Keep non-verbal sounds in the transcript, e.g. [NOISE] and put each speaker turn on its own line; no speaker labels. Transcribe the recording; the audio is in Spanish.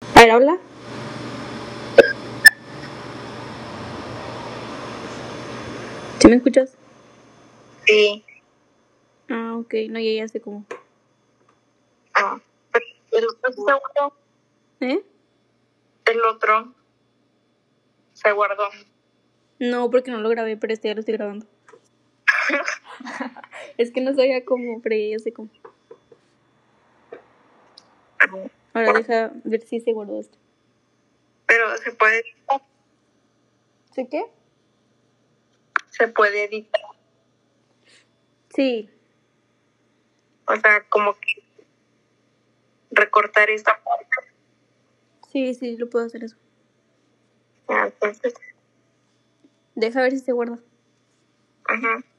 A ver, habla. ¿Sí me escuchas?
Sí.
Ah, ok. No, ya, ya sé cómo.
Ah, pero el otro se guardó.
¿Eh?
El otro se guardó.
No, porque no lo grabé, pero este ya lo estoy [LAUGHS] grabando. es que no sabía cómo, pero ya, ya sé cómo. Ahora deja ver si se guardó esto.
Pero se puede editar.
¿Sí qué?
Se puede editar.
Sí.
O sea, como que recortar esta parte.
Sí, sí, lo puedo hacer eso.
Ah, Entonces,
Deja ver si se guarda.
ajá.